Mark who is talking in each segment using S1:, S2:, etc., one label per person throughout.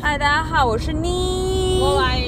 S1: 嗨，大家好，我是妮。
S2: 我来，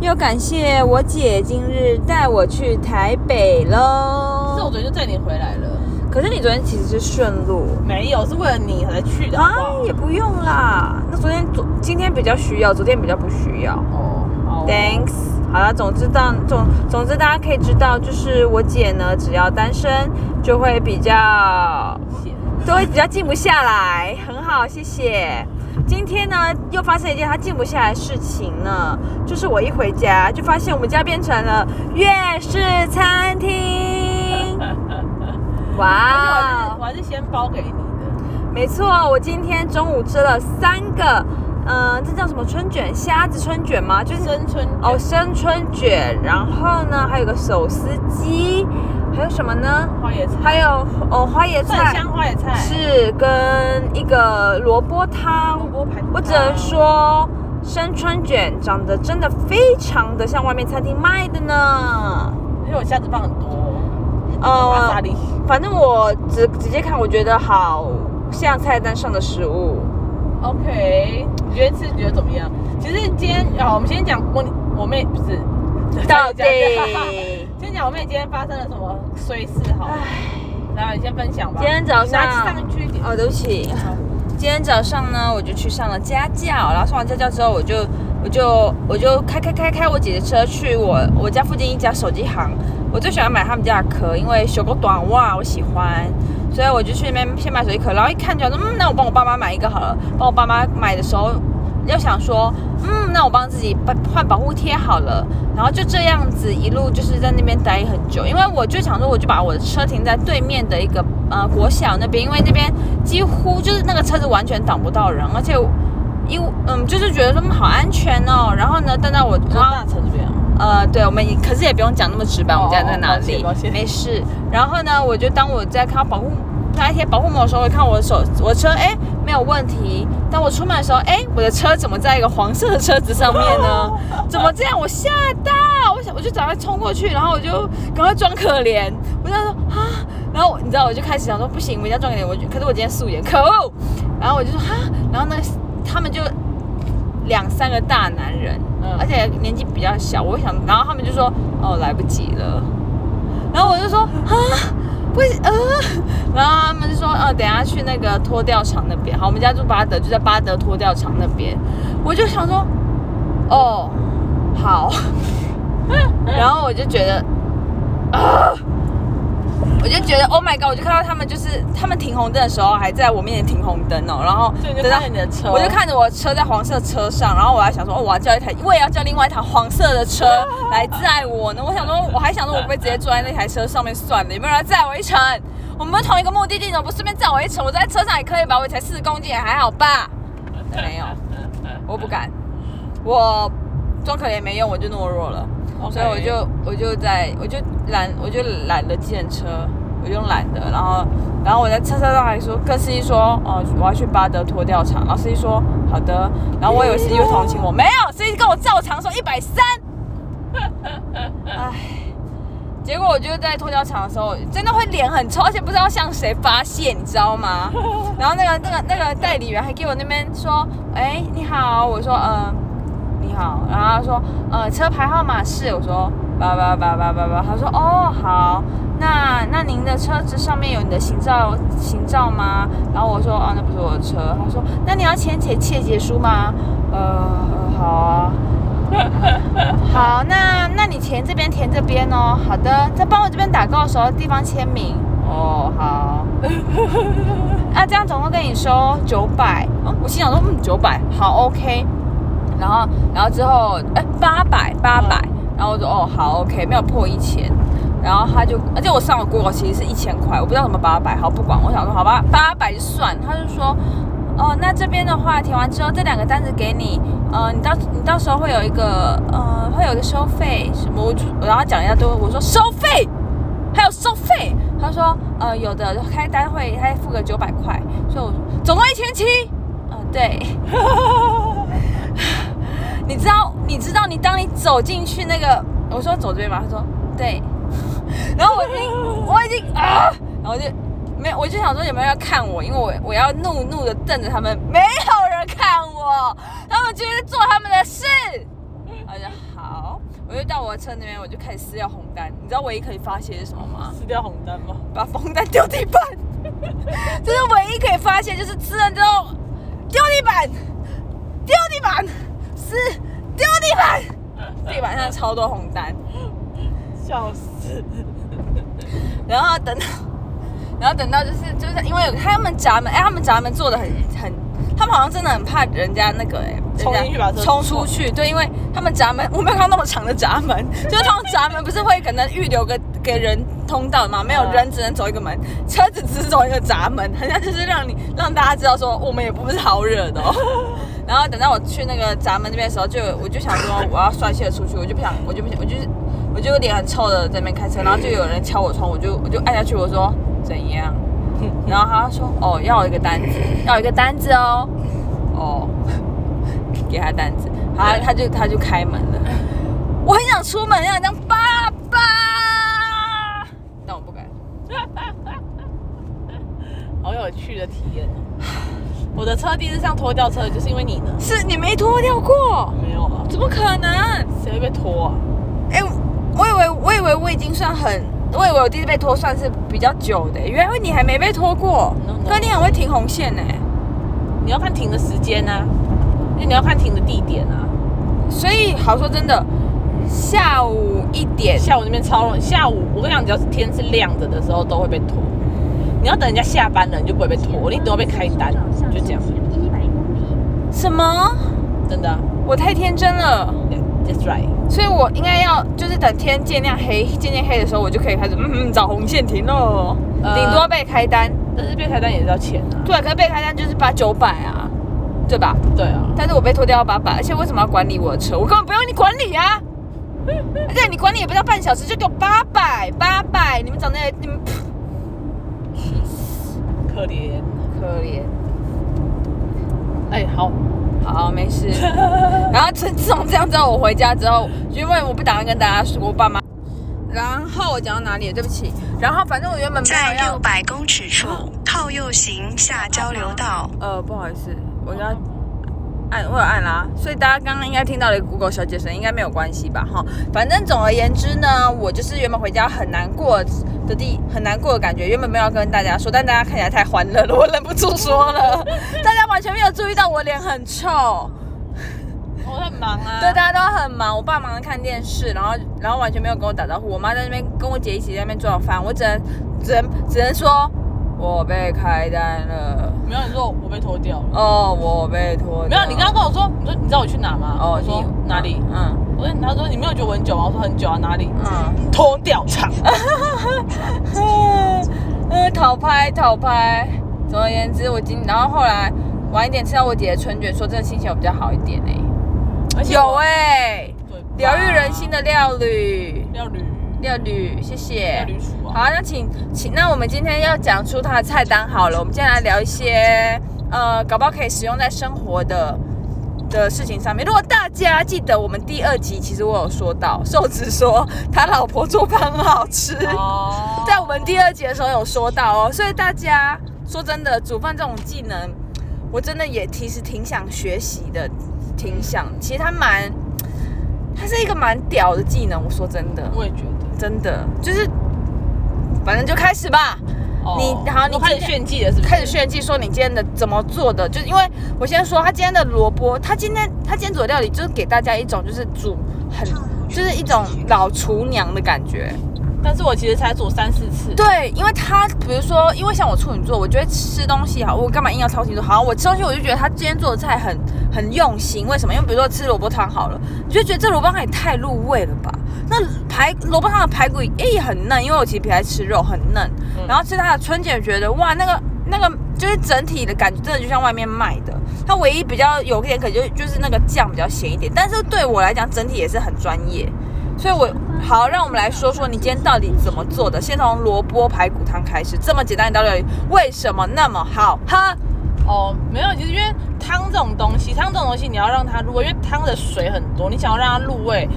S1: 又感谢我姐今日带我去台北
S2: 这我
S1: 喽。
S2: 昨天就载你回来了，
S1: 可是你昨天其实是顺路
S2: 没有，是为了你才去的，好
S1: 啊
S2: 不好？，
S1: 也不用啦。那昨天昨今天比较需要，昨天比较不需要。
S2: 哦，好哦，
S1: Thanks。好了，总之到总总之大家可以知道，就是我姐呢，只要单身就会比较
S2: 谢谢
S1: 都会比较静不下来，很好，谢谢。今天呢，又发生一件她静不下来的事情呢，就是我一回家就发现我们家变成了粤式餐 厅，哇啊
S2: 我还是先包给你的，
S1: 没错，我今天中午吃了三个，嗯、这叫什么春卷？虾子春卷吗？就是
S2: 生春
S1: 哦，生春卷，然后呢，还有个手撕鸡，还有什么呢？
S2: 花椰菜，
S1: 还有哦，花椰
S2: 蒜
S1: 菜
S2: 香花椰菜，
S1: 是跟一个萝卜汤
S2: 萝。卜盘，
S1: 我只能，说，生春卷长得真的非常的像外面餐厅卖的呢。
S2: 因为我虾子放很多，玛莎
S1: 呃，
S2: 莉，
S1: 反正我直直接看，我觉得好像菜单上的食物。
S2: OK，你觉得吃觉得怎么样？其实今天啊，我们先讲我我妹不是，
S1: 到底
S2: 先讲我妹今天发生了什么衰事好了，来你先分享吧。
S1: 今天早上
S2: 你拿上去一点，
S1: 哦，对不起，今天早上呢，我就去上了家教，然后上完家教之后，我就我就我就开开开开我姐姐车去我我家附近一家手机行，我最喜欢买他们家的壳，因为修个短袜我喜欢，所以我就去那边先买手机壳，然后一看就想说，嗯，那我帮我爸妈买一个好了，帮我爸妈买的时候。又想说，嗯，那我帮自己换换保护贴好了，然后就这样子一路就是在那边待很久，因为我就想说，我就把我的车停在对面的一个呃国小那边，因为那边几乎就是那个车子完全挡不到人，而且我因为嗯就是觉得他们好安全哦，然后呢，等到我
S2: 你说
S1: 然后
S2: 大城这边啊，
S1: 呃，对，我们也可是也不用讲那么直白，我们家在哪
S2: 哦
S1: 里
S2: 抱歉抱，歉
S1: 没事。然后呢，我就当我在看到保护那一贴保护膜的时候，我看我的手我的车哎没有问题。当我出门的时候，哎，我的车怎么在一个黄色的车子上面 呢？怎么这样？我吓到，我想我就赶快冲过去，然后我就赶快装可怜，我就说啊，然后你知道我就开始想说不行，我一定要装可怜。我就可是我今天素颜，可恶。然后我就说哈，然后那个他们就两三个大男人，
S2: 嗯
S1: 而且年纪比较小，我想，然后他们就说哦来不及了，然后我就说啊不行呃， 然后他们就说呃等一下去那个脱掉厂那边，好，我们家住巴德，就在巴德脱掉厂那边，我就想说哦好， 然后我就觉得啊。我就觉得，Oh my god！我就看到他们，就是他们停红灯的时候，还在我面前停红灯哦。然后
S2: 所以你就
S1: 等到
S2: 看着你的车，
S1: 我就看着我车在黄色车上，然后我还想说，哦，我要叫一台，我也要叫另外一台黄色的 车来载我呢。我想说，我还想说，我不会直接坐在那台车上面算了，有没有人要载我一程？我们不是同一个目的地，怎么不顺便载我一程？我在车上也可以吧，我才四十公斤，也还好吧？没有，我不敢，我装可怜没用，我就懦弱了。
S2: OK，
S1: 所以我就我就在我就懒我就懒得计程车，我就懒得，然后然后我在车上还说跟司机说哦、我要去巴德拖吊厂，然后司机说好的，然后我以为司机会同情我，没有，司机跟我照常说一百三，唉，结果我就在拖吊厂的时候真的会脸很臭，而且不知道向谁发泄，你知道吗？ 然后那个那个那个代理员还给我那边说，哎、你好，我说嗯。呃你好，然后他说，呃，车牌号码是，我说呃八八八八八八，他说，哦，好，那那您的车子上面有你的行照行照吗？然后我说，啊，那不是我的车，他说，那你要签写窃结书吗？呃，呃好啊，好，那那你填这边填这边哦，好的，在帮我这边打勾的时候地方签名，哦，好。啊，这样总共跟你收九百、嗯，我心想说，嗯，九百，好，OK。然后，然后之后，哎，八百，八百。然后我说，哦，好，OK，没有破一千。然后他就，而且我上了 Google 其实是一千块，我不知道怎么八百，好不管，我想说好吧，八百就算。他就说，哦，那这边的话填完之后，这两个单子给你，呃，你到你到时候会有一个，呃，会有一个收费什么，我就然后讲一下都，我说收费，还有收费。他说，呃，有的开单会还付个九百块，所以我总共一千七，嗯，对。 你知道，你知道，你当你走进去那个，我说走这边吗？他说对， 然后我已经，我已经啊，然后我就没有，我就想说有没有人要看我，因为我我要怒怒的瞪着他们，没有人看我，他们就是到我的车那边，我就开始撕掉红单。你知道唯一可以发泄是什么吗？
S2: 撕掉红单吗？
S1: 把红单丢地板， 这是唯一可以发泄，就是吃了之后丢地板，丢地板，撕丢地 板，地板上超多红单。
S2: 笑死！
S1: 然后等到，然后等到就是就是因为有他们闸门，哎，他们闸门做的很很，他们好像真的很怕人家那个哎、人
S2: 冲
S1: 家
S2: 进去把车
S1: 冲出去，对，因为他们闸门我没有看到那么长的闸门，就是通常闸门不是会可能预留个给人通道嘛，没有
S2: 嗯
S1: 人只能走一个门，车子只走一个闸门，好像就是让你让大家知道说我们也不是好惹的、哦。 然后等到我去那个闸门那边的时候，就我就想说我要率先出去，我就不想，我就不想，我就是我就脸很臭的在那边开车，然后就有人敲我窗，我就我就按下去，我说怎样？然后他说哦，要有一个单子，要有一个单子哦，哦，给他单子，他他就他就开门 了，我很想出门，很想当爸爸，但我不敢。
S2: 好有趣的体验哦。 我的车第一次上拖吊车，就是因为你呢。
S1: 是你没脱掉过？
S2: 没有啊，
S1: 怎么可能？
S2: 谁会被拖啊？
S1: 哎、我以为我以为我已经算很，我以为我第一次被拖算是比较久的、欸原来你还没被拖过
S2: No, no.，
S1: 哥你很会停红线欸呢、
S2: 你要看停的时间啊，因为你要看停的地点啊。
S1: 所以好说真的，下午一点，
S2: 下午那边超容易，下午我跟你讲，只要是天是亮着的时候都会被拖。你要等人家下班了，你就不会被拖，你等会被开单，就这样，
S3: 一百公里。
S1: 什么？
S2: 真的、啊。
S1: 我太天真了，
S2: That's right。
S1: 所以我应该要就是等天渐亮黑，渐渐黑的时候，我就可以开始嗯嗯找红线停了，顶、
S2: 呃
S1: 多被开单。
S2: 但是被开单也是要钱啊。
S1: 对，可是被开单就是八九百啊，对吧？
S2: 对啊，
S1: 但是我被拖掉八百，而且为什么要管理我的车？我根本不用你管理啊！ 而且你管理也不到半小时，就给我八百八百，你们长得也嗯你们噗
S2: 可怜。
S1: 可怜。
S2: 哎、好，
S1: 好，没事。然后自自从这样之后，我回家之后，因为我不打算跟大家说我爸妈。然后我讲到哪里了？对不起。然后反正我原本没
S4: 在
S1: 有
S4: 六
S1: 要，
S4: 百公尺处靠右行下交流道。
S1: 呃，不好意思，我要按，我有按啦。所以大家刚刚应该听到了一个 Google 小姐声，应该没有关系吧？哈，反正总而言之呢，我就是原本回家很难过的地，很难过的感觉。原本没有要跟大家说，但大家看起来太欢乐了，我忍不住说 了。大家完全没有注意到我脸很
S2: 啊
S1: 臭。
S2: 我很忙啊。
S1: 对，大家都很忙，我爸忙着看电视，然后然后完全没有跟我打招呼，我妈在那边跟我姐一起在那边做饭，我只能只能只能说我被开单了，
S2: 没有你说我被拖掉了。
S1: 哦，我被拖
S2: 没
S1: 掉
S2: 有，
S1: 了，
S2: 你刚刚跟我说，你说你知道我去哪吗？
S1: 啊哦
S2: 我说
S1: 你
S2: 哪里？
S1: 嗯
S2: 我说他说你没有觉得我很久吗？我说很久啊，哪里？
S1: 嗯，
S2: 拖吊场。
S1: 呃，讨拍讨拍，总而言之，我今然后后来晚一点吃到我姐的春卷，说真的心情有比较好一点哎、
S2: 而 且
S1: 有
S2: 我，
S1: 哎、
S2: 对吧
S1: 疗愈人心的料理，
S2: 料理，
S1: 料理，谢谢
S2: 料。理鼠啊。
S1: 好，那请请，那我们今天要讲出它的菜单好了。我们今天来聊一些，呃，搞不好可以使用在生活的的事情上面。如果大家记得我们第二集，其实我有说到，瘦子说他老婆做饭很好吃，
S2: 哦
S1: 在我们第二集的时候有说到哦。所以大家说真的，煮饭这种技能，我真的也其实挺想学习的，挺想。其实它蛮，它是一个蛮屌的技能。我说真的，
S2: 我也觉得。
S1: 真的就是，反正就开始吧。
S2: 哦
S1: 你好你
S2: 我开始
S1: 今天
S2: 炫技了，是不是？
S1: 开始炫技说你今天的怎么做的，就是因为我先说他今天的萝卜，他今天他今天煮的料理就是给大家一种就是煮很就是一种老厨娘的感觉。
S2: 但是我其实才煮三四次。
S1: 对，因为他比如说，因为像我处女座，我觉得吃东西好，我干嘛硬要超级多？好像我吃东西我就觉得他今天做的菜很很用心，为什么？因为比如说吃萝卜汤好了，你就觉得这萝卜汤也太入味了吧？那排萝卜汤的排骨也也很嫩，因为我其实不太吃肉，很嫩。
S2: 嗯
S1: 然后吃它的春卷，觉得哇，那个那个就是整体的感觉，真的就像外面卖的。它唯一比较有一点可就就是那个酱比较咸一点，但是对我来讲，整体也是很专业。所以我，好，让我们来说说你今天到底怎么做的。先从萝卜排骨汤开始，这么简单的道理，为什么那么好喝？
S2: 哦，没有，其实因为汤这种东西，汤这种东西你要让它入味，因为汤的水很多，你想要让它入味，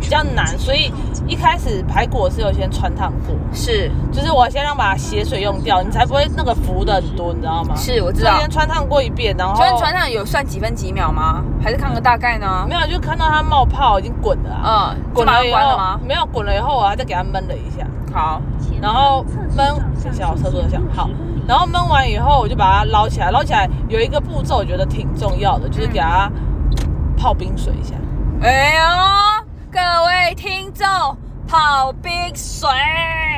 S2: 比较难，所以一开始排骨我是有先穿烫过，
S1: 是
S2: 就是我先让把血水用掉，你才不会那个浮的很多，你知道吗？
S1: 是，我知
S2: 所以
S1: 道。
S2: 先穿烫过一遍，然后
S1: 请问船上有算几分几秒吗？还是看个大概呢？
S2: 没有，就看到它冒泡已经滚了啊，
S1: 嗯，就
S2: 滚
S1: 马
S2: 了
S1: 上
S2: 以
S1: 关了
S2: 后
S1: 吗？嗯
S2: 没有滚了以后，我还再给它焖了一下，
S1: 好，
S2: 然后焖等一下我厕所想好，然后焖完以后我就把它捞起来，捞起来有一个步骤我觉得挺重要的，就是给它泡冰水一下。
S1: 哎呦，各位听众，泡冰水。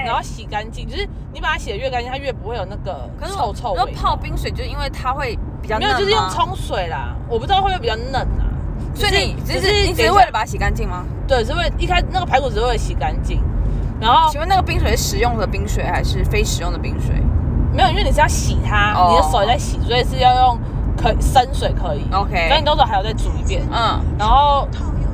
S2: 然后洗干净，就是你把它洗得越干净，它越不会有那个
S1: 可是
S2: 臭
S1: 我
S2: 臭
S1: 那
S2: 味。
S1: 泡冰水就是因为它会比较
S2: 没
S1: 嫩
S2: 有，就是用
S1: 吗，
S2: 冲水啦，我不知道会不会比较嫩啊。
S1: 所以你只
S2: 只
S1: 是你只是
S2: 等一下
S1: 为了把它洗干净吗？
S2: 对，是为一开那个排骨只是为了洗干净，然后
S1: 请问那个冰水是食用的冰水还是非食用的冰水？
S2: 没有，因为你是要洗它，
S1: 哦
S2: 你的手也在洗，所以是要用可生水可以。
S1: OK
S2: 所以你多少还要再煮一遍。
S1: 嗯，
S2: 然后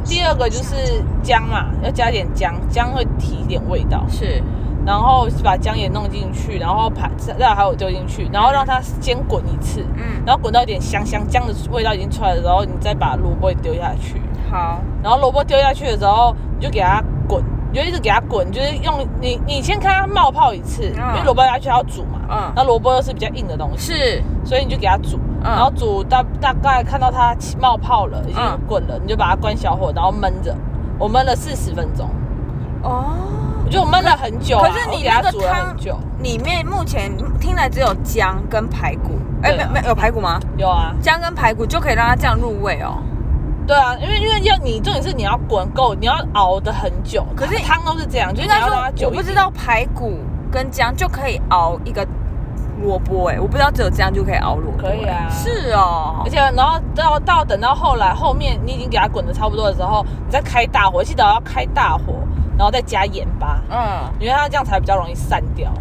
S2: 第
S4: 第
S2: 二
S4: 二
S2: 个
S4: 个
S2: 就
S4: 就是
S2: 是姜嘛，要加点姜，姜会提一点味道。
S1: 是
S2: 然后把姜也弄进去，然后排再还有丢进去，然后让它先滚一次，
S1: 嗯
S2: 然后滚到有点香香姜的味道已经出来了，然后你再把萝卜丢下去，
S1: 好，
S2: 然后萝卜丢下去的时候，你就给它滚，你就一直给它滚，就是用你你先看它冒泡一次，
S1: 嗯
S2: 因为萝卜下去它要煮嘛，
S1: 嗯
S2: 那萝卜又是比较硬的东西，
S1: 是
S2: 所以你就给它煮，
S1: 嗯
S2: 然后煮大大概看到它起冒泡了，已经
S1: 嗯
S2: 滚了，你就把它关小火，然后焖着，我焖了四十分钟，
S1: 哦。
S2: 我觉得我焖了很久、啊，
S1: 可是
S2: 我
S1: 你
S2: 给它
S1: 那个
S2: 煮了
S1: 汤
S2: 很久。
S1: 里面目前听来只有姜跟排骨，哎，
S2: 对
S1: 没
S2: 啊
S1: 没有排骨吗？
S2: 有啊，
S1: 姜跟排骨就可以让它这样入味哦。
S2: 对啊，因为因为要你重点是你要滚够，你要熬的很久。
S1: 可是
S2: 汤都是这样，就是
S1: 应
S2: 你要
S1: 该
S2: 让它
S1: 说
S2: 久
S1: 我
S2: 一
S1: 不知
S2: 点
S1: 道排骨跟姜就可以熬一个萝卜，哎，我不知道只有这样就可以熬萝卜。
S2: 可以啊
S1: 哎是哦
S2: 而。且然后到到等到后来后面你已经给它滚的差不多的时候，你再开大火，记得要开大火，然后再加盐巴，
S1: 嗯，
S2: 因为它这样才比较容易散掉，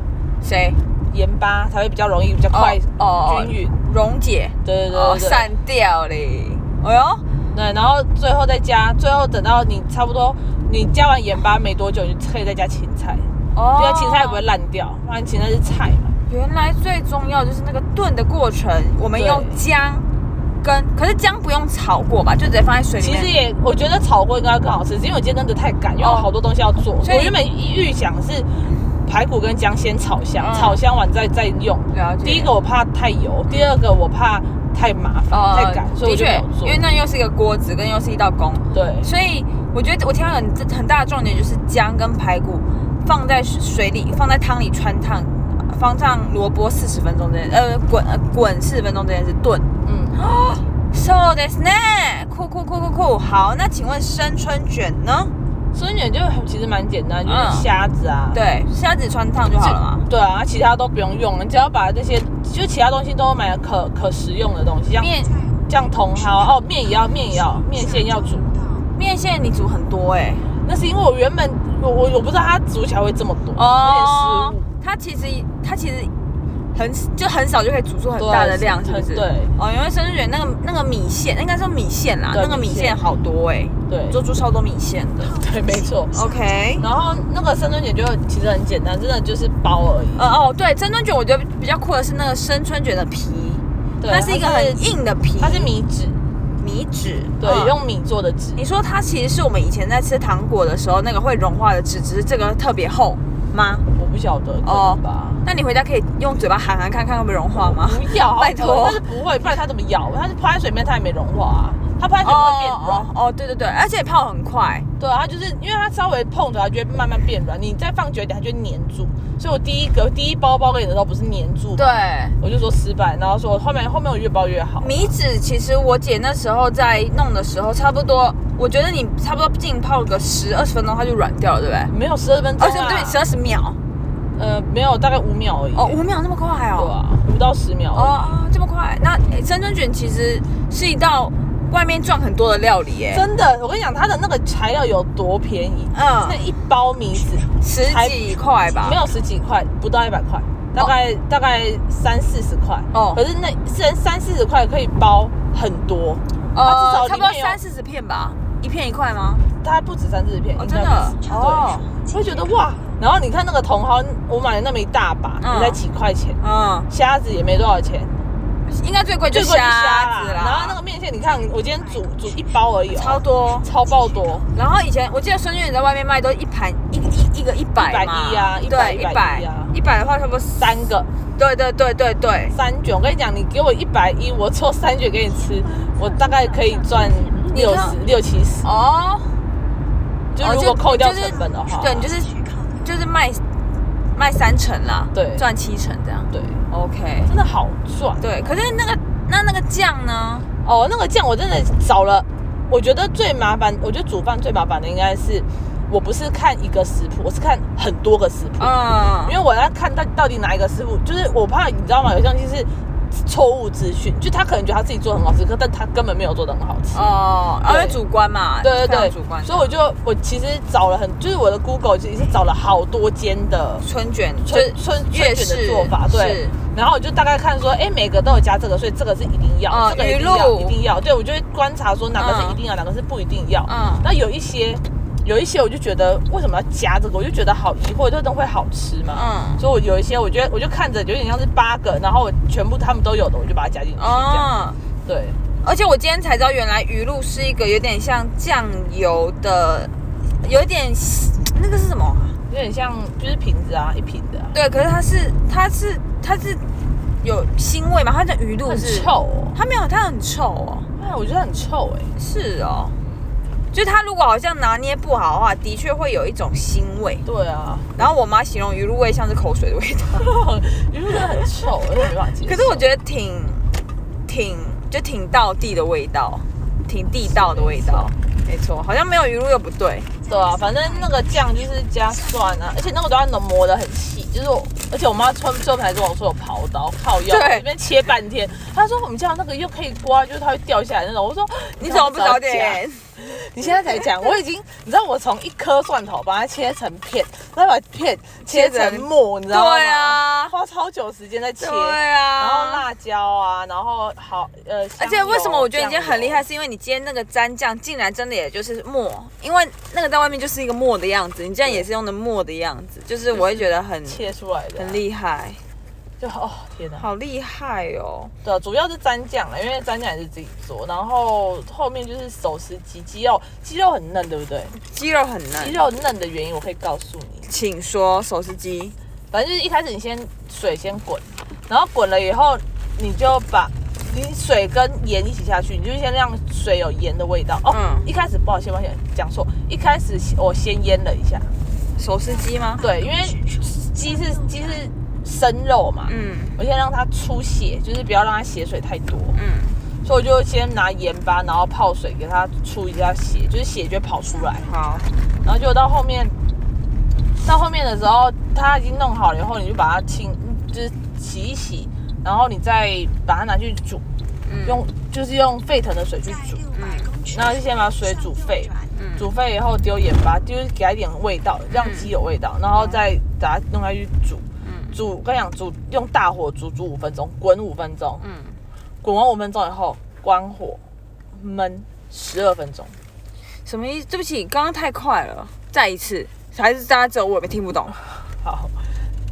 S1: 谁？
S2: 盐巴才会比较容易比较快呃
S1: 哦哦
S2: 均匀。
S1: 蓉姐。
S2: 对对
S1: 哦，
S2: 对对对
S1: 散掉嘞。哎呦，
S2: 对，然后最后再加，最后等到你差不多你加完盐巴没多久，你就可以再加芹菜，
S1: 哦
S2: 因为芹菜也不会。烂掉，不然芹菜是菜嘛。
S1: 原来最重要就是那个炖的过程，我们
S2: 对
S1: 用姜跟，可是姜不用炒过吧，就直接放在水里
S2: 其
S1: 面。
S2: 实也，我觉得炒锅应该更好吃，只是因为我今天真的太赶，因为我好多东西要做。
S1: 哦所
S2: 我
S1: 以
S2: 原本预想是排骨跟姜先炒香，
S1: 嗯
S2: 炒香完再再用。
S1: 了解。
S2: 第一个我怕太油，第二个我怕太麻烦、太赶，所
S1: 呃哦的
S2: 以我就没
S1: 确
S2: 有，
S1: 因
S2: 做。
S1: 为那又是一个锅子，跟又是一道工，
S2: 对，
S1: 所以我觉得我听到很很大的重点就是姜跟排骨放在水里，放在汤里穿烫，放上萝卜四十分钟这件，呃，滚呃滚四十分钟这件事炖。
S2: 嗯，
S1: So this 呢，酷酷酷酷酷，好，那请问生春卷呢？
S2: 春卷就其实蛮简单，就
S1: 嗯
S2: 是虾子啊，
S1: 对，虾子穿烫就
S2: 就
S1: 好了嘛。
S2: 对啊，其他都不用用，你只要把这些就其他东西都买可可食用的东西，像
S1: 面
S2: 像茼蒿哦，面也要面也要面线要煮。
S1: 面线你煮很多哎、
S2: 那是因为我原本我我我不知道它煮起来会这么
S1: 哦
S2: 多，有点失误。
S1: 它其实它其实很就很少就可以煮出很大的量，是不是？
S2: 对
S1: 哦，因为生日卷那个那个米线，应该说米线啦，
S2: 对
S1: 那个米
S2: 米
S1: 线
S2: 线
S1: 好多哎、
S2: 对
S1: 做出超多米线的。
S2: 对，嗯没错。
S1: OK，
S2: 然后那个生春卷就其实很简单，真的就是包而已。
S1: 呃哦，对，生春卷我觉得比较酷的是那个生春卷的皮，
S2: 对，
S1: 它是一个很硬的皮，
S2: 它是米纸，
S1: 米纸，
S2: 对，
S1: 嗯
S2: 用米做的纸。
S1: 你说它其实是我们以前在吃糖果的时候那个会融化的纸，只是这个特别厚吗？
S2: 我不晓得
S1: 哦
S2: 哦吧？
S1: 那你回家可以用嘴巴含含看看会不会融化吗？
S2: 不要，
S1: 拜托
S2: 它是不会，不然它怎么咬？它是泡在水里面，它也没融化啊。它泡在水里面会变软，
S1: 哦，对对对，而且泡很快，
S2: 对啊，它就是因为它稍微碰着，它就会慢慢变软。你再放久一点，它就会粘住。所以我第一个第一包包给你的时候不是粘住，
S1: 对，。
S2: 我就说失败，然后说后面后面我越包越好。
S1: 米纸其实我姐那时候在弄的时候，差不多，我觉得你差不多浸泡个十二十分钟，它就软掉了，对不对？
S2: 没有十二分钟、
S1: 而
S2: 啊，
S1: 且对，十二十秒，
S2: 呃，没有，大概五秒而已。
S1: 哦，五秒那么快
S2: 对
S1: 哦，
S2: 啊，五到十秒
S1: 哦
S2: 而
S1: 啊，这么快。那诶生春卷其实是一道外面赚很多的料理，
S2: 已。
S1: 哎，
S2: 真的，我跟你讲，它的那个材料有多便宜，
S1: 嗯
S2: 那，一包米纸
S1: 十几块吧，
S2: 没有十几块，不到一百块，大概、大概三四十块。
S1: 哦
S2: 可是那三三四十块可以包很多，它至少
S1: 哦差
S2: 里
S1: 不多
S2: 面有
S1: 三四十片吧，一片一块吗？
S2: 它不止三四十片，
S1: 哦，
S2: 应
S1: 真
S2: 该
S1: 的
S2: 不止
S1: 哦，
S2: 对，会觉得哇。然后你看那个茼蒿，我买了那么一大把，
S1: 嗯
S2: 也才几块钱，
S1: 嗯，
S2: 虾子也没多少钱，
S1: 应该最贵就
S2: 最 贵就
S1: 虾
S2: 虾
S1: 子
S2: 啦
S1: 啦，
S2: 然后那个面线，你看我今天煮煮一包而已、哦，
S1: 超多。
S2: 超爆多，
S1: 然后以前我记得孙悦在外面卖都一盘一一一个一百嘛，
S2: 110啊
S1: 对，
S2: 100
S1: 一百
S2: 啊
S1: 一百的话差不多三，
S2: 三个
S1: 对对对对对，
S2: 三卷。我跟你讲，你给我一百一，我做三卷给你吃，我大概可以赚六十六七十，
S1: 哦，
S2: 就
S1: 哦
S2: 如果扣掉
S1: 就
S2: 成
S1: 是
S2: 本的话，
S1: 对，你就是就是卖卖三成啦，
S2: 对
S1: 赚七成这样
S2: 对，
S1: ，OK，
S2: 真的好赚。
S1: 对，可是那个那那个酱呢？
S2: 哦，那个酱我真的找了，我觉得最麻烦，我觉得煮饭最麻烦的应该是，我不是看一个食谱，我是看很多个食谱，
S1: 嗯
S2: 因为我要看到到底哪一个食谱，就是我怕你知道吗？有些东西是错误资讯，就他可能觉得他自己做得很好吃，可但他根本没有做得很好吃。
S1: 哦，而
S2: 对
S1: 且主观嘛，
S2: 对对
S1: 非常
S2: 对，
S1: 主观，
S2: 所以我就我其实找了很，就是我的 Google 其实是找了好多间的
S1: 春卷
S2: 春
S1: 就是
S2: 春
S1: 粤
S2: 春卷
S1: 式
S2: 的做法，
S1: 是
S2: 对。然后我就大概看说，哎，每个都有加这个，所以这个是一定要，
S1: 哦
S2: 这个一
S1: 鱼
S2: 定要，
S1: 露
S2: 一定要。对，我就会观察说哪个
S1: 嗯
S2: 是一定要，哪个是不一定要。
S1: 嗯
S2: 那有一些，有一些我就觉得为什么要加这个，我就觉得好疑惑，这东西会好吃吗？
S1: 嗯
S2: 所以我有一些，我觉得我就看着有点像是八个，然后我全部他们都有的，我就把它加进去。这样
S1: 哦。
S2: 对，
S1: 而且我今天才知道，原来鱼露是一个有点像酱油的，有点那个是什么啊？
S2: 有点像就是瓶子啊，一瓶的啊、
S1: 对，可是它是它是它是有腥味嘛？它的鱼露
S2: 很
S1: 是，
S2: 臭、哦。
S1: 它没有，它很臭哦，
S2: 哎，我觉得很臭哎、
S1: 是哦。就它如果好像拿捏不好的话，的确会有一种腥味。
S2: 对 啊，
S1: 然后我妈形容鱼露味像是口水的味 道，
S2: 鱼露真的很臭、欸，我没办法接受。
S1: 可是我觉得挺挺就挺道地的味道，挺地道的味道，没错，好像没有鱼露又不对。
S2: 对啊，反正那个酱就是加蒜啊，而且那个都要磨得很细，就是我，而且我妈最最后还跟我说有刨刀，靠腰，
S1: 对
S2: 这边切半天。她说我们家那个又可以刮，就是它会掉下来那种。我说
S1: 你怎么不早？点？
S2: 你现在才讲，我已经，你知道我从一颗蒜头把它切成片，再把片切成末，你知道吗？
S1: 对，啊，
S2: 花超久时间在切。
S1: 对啊，
S2: 然后辣椒啊，然后好呃，
S1: 而且为什么我觉得已经很厉害，
S2: 是
S1: 是因为你今天那个蘸酱竟然真的也就是沫，因为那个在外面就是一个沫的样子，你竟然也是用的沫的样子，就是我会觉得很
S2: 切出来的啊、
S1: 很厉害，
S2: 就哦天哪，
S1: 好厉害哦。
S2: 对啊，主要是蘸酱了，因为蘸酱也是自己做，然后后面就是手撕鸡，鸡肉鸡肉很嫩，对不对？
S1: 鸡肉很
S2: 鸡
S1: 嫩，
S2: 肉嫩的原因我可以告诉你，
S1: 请说手撕鸡。
S2: 反正就是一开始你先水先滚，然后滚了以后，你就把你水跟盐一起下去，你就先让水有盐的味道。哦，
S1: 嗯
S2: 一开始不好意思，抱歉讲错，一开始我先腌了一下，
S1: 手撕鸡吗？
S2: 对，因为鸡是鸡是生肉嘛，
S1: 嗯
S2: 我先让它出血，就是不要让它血水太多。
S1: 嗯，
S2: 所以我就先拿盐巴，然后泡水给它出一下血，就是血就会跑出来。
S1: 好，
S2: 然后就到后面，到后面的时候，它已经弄好了以后，你就把它清，就是洗一洗，然后你再把它拿去煮，
S1: 嗯
S2: 用就是用沸腾的水去煮，然后就先把水煮沸，
S1: 嗯
S2: 煮沸以后丢盐巴，就是给它一点味道，让鸡有味道，然后再把它弄下去煮。
S1: 嗯
S2: 煮，跟你讲，煮用大火煮煮五分钟，滚五分钟，
S1: 嗯，
S2: 滚完五分钟以后关火焖十二分钟，
S1: 什么意思？对不起，刚刚太快了，再一次，还是大家只有我也听不懂。
S2: 好，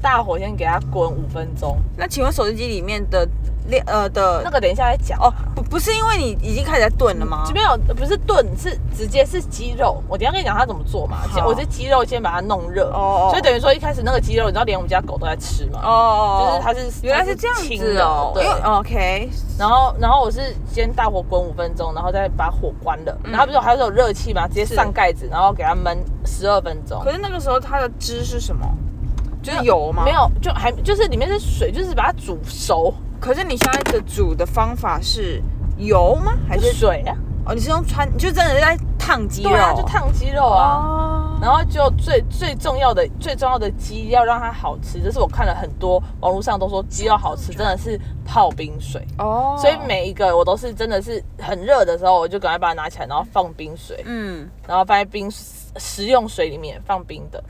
S2: 大火先给它滚五分钟，
S1: 那请问手撕鸡里面的料呃的
S2: 那个等一下再讲
S1: 哦
S2: 哦。，
S1: 不不是因为你已经开始在炖了吗
S2: 这？边有不是炖，是直接是鸡肉。我等一下跟你讲它怎么做嘛。
S1: 好
S2: 我是鸡肉先把它弄热，
S1: 哦哦
S2: 所以等于说一开始那个鸡肉，你知道连我们家狗都在吃嘛。
S1: 哦，
S2: 就是它是
S1: 原来是这样子哦，
S2: 它是清的对。
S1: OK，
S2: 然后然后我是先大火滚五分钟，然后再把火关了。
S1: 嗯
S2: 然后不是有还是有热气嘛，直接
S1: 是
S2: 上盖子，然后给它焖十二分钟。
S1: 可是那个时候它的汁是什么？就是油吗？
S2: 没。有，就还就是里面是水，就是把它煮熟，
S1: 可是你现在的煮的方法是油吗？还
S2: 就是水啊，
S1: 哦？你是用穿，你就真的是在烫鸡肉？
S2: 对啊，就烫鸡肉啊。
S1: 哦。
S2: 然后就最最重要的最重要的鸡要让它好吃，这是我看了很多网络上都说鸡要好吃，真的是泡冰水。
S1: 哦。
S2: 所以每一个我都是真的是很热的时候，我就赶快把它拿起来，然后放冰水，
S1: 嗯，
S2: 然后放在冰食用水里面放冰的。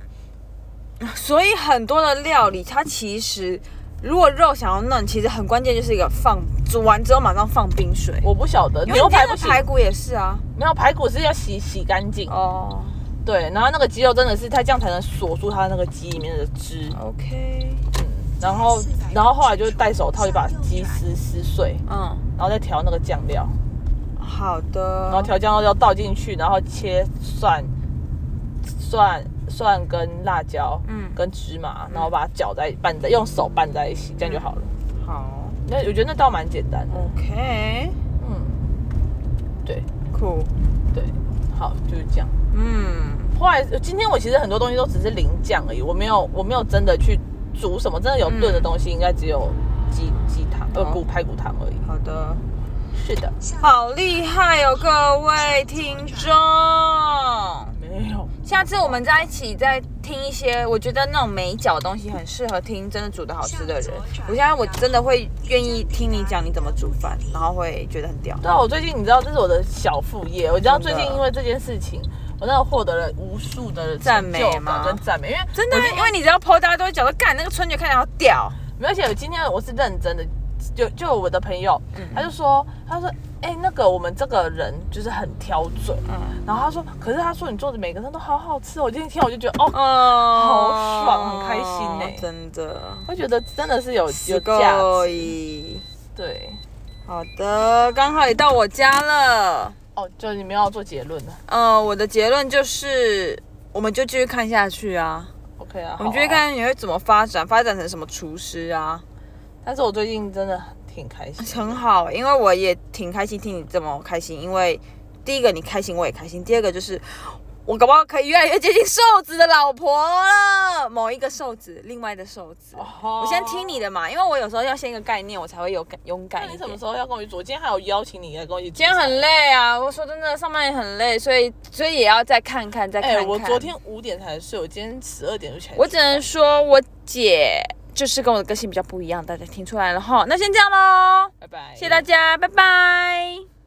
S1: 所以很多的料理它其实。如果肉想要嫩，其实很关键就是一个放煮完之后马上放冰水。
S2: 我不晓得
S1: 因为
S2: 牛
S1: 你
S2: 排
S1: 看
S2: 不
S1: 那
S2: 行，
S1: 排骨也是啊。
S2: 没有排骨是要洗洗干净。
S1: 哦哦
S2: 嗯对，然后那个鸡肉真的是它这样才能锁住它那个鸡里面的汁。
S1: ，OK，
S2: 然后然后后来就戴手套就把鸡丝撕碎，
S1: 嗯，
S2: 然后再调那个酱料，
S1: 好
S2: 然后
S1: 的。
S2: 调酱料倒进去，然后切蒜蒜蒜跟辣椒，
S1: 嗯
S2: 跟芝麻，然后把它搅在拌在用手拌在一起，这样就好了。
S1: 好
S2: 那我觉得那倒蛮简单的，
S1: ，OK，
S2: 嗯，对
S1: 酷。
S2: 对，好就是这样。
S1: 嗯，
S2: 后来今天我其实很多东西都只是淋酱而已，我没有我没有真的去煮什么，真的有炖的东西应该只有鸡鸡汤呃
S1: 嗯哦
S2: 骨排骨汤而已。
S1: 好的。
S2: 是的，
S1: 好厉害哦，各位听众！
S2: 没有
S1: 下次我们在一起再听一些，我觉得那种美脚的东西很适合听真的煮的好吃的人。我现在我真的会愿意听你讲你怎么煮饭，然后会觉得很屌。
S2: 对啊，我最近你知道这是我的小副业，我知道
S1: 真
S2: 最
S1: 的
S2: 近因为这件事情，我真的获得了无数的
S1: 赞美
S2: 成就感
S1: 吗
S2: 跟赞美，因为
S1: 真的啊，因为你只要 PO，大家都会觉得干那个春姐看起来好屌。
S2: 没有而且我今天我是认真的，就就有我的朋友，
S1: 嗯
S2: 他就说他说哎、那个我们这个人就是很挑嘴，
S1: 嗯
S2: 然后他说可是他说你做的每个人都好好吃哦，我今天听我就觉得哦，
S1: 嗯，
S2: 好爽很开心欸
S1: 哦真的。
S2: 我觉得真的是有有
S1: す
S2: 价
S1: ご
S2: 值，
S1: い
S2: 对。
S1: 好的，刚好也到我家了。
S2: 哦，就你们要做结论了
S1: 呃，我的结论就是，我们就继续看下去啊。
S2: ，OK 啊，
S1: 我们
S2: 好
S1: 继续
S2: 啊。
S1: 看你会怎么发展，发展成什么厨师啊，
S2: 但是我最近真的挺开心，
S1: 很好。因为我也挺开心听你这么开心，因为第一个你开心，我也开心；第二个就是我搞不好可以越来越接近瘦子的老婆了，某一个瘦子，另外的瘦子。
S2: 我
S1: 我先听你。的嘛，因为我有时候要先一个概念，我才会有感勇
S2: 那
S1: 敢一
S2: 你
S1: 点。
S2: 什么时候要跟我去做？我今天还有邀请你来跟我一起。
S1: 今天很累啊，我说真的，上班也很累，所以所以也要再看看，再看
S2: 哎、
S1: 看。
S2: 我昨天五点才睡，我今天十二点就起来吃饭。
S1: 我只能说我姐就是跟我的个性比较不一样，大家听出来了哈。那先这样喽，
S2: 拜拜，
S1: 谢谢大家，拜拜。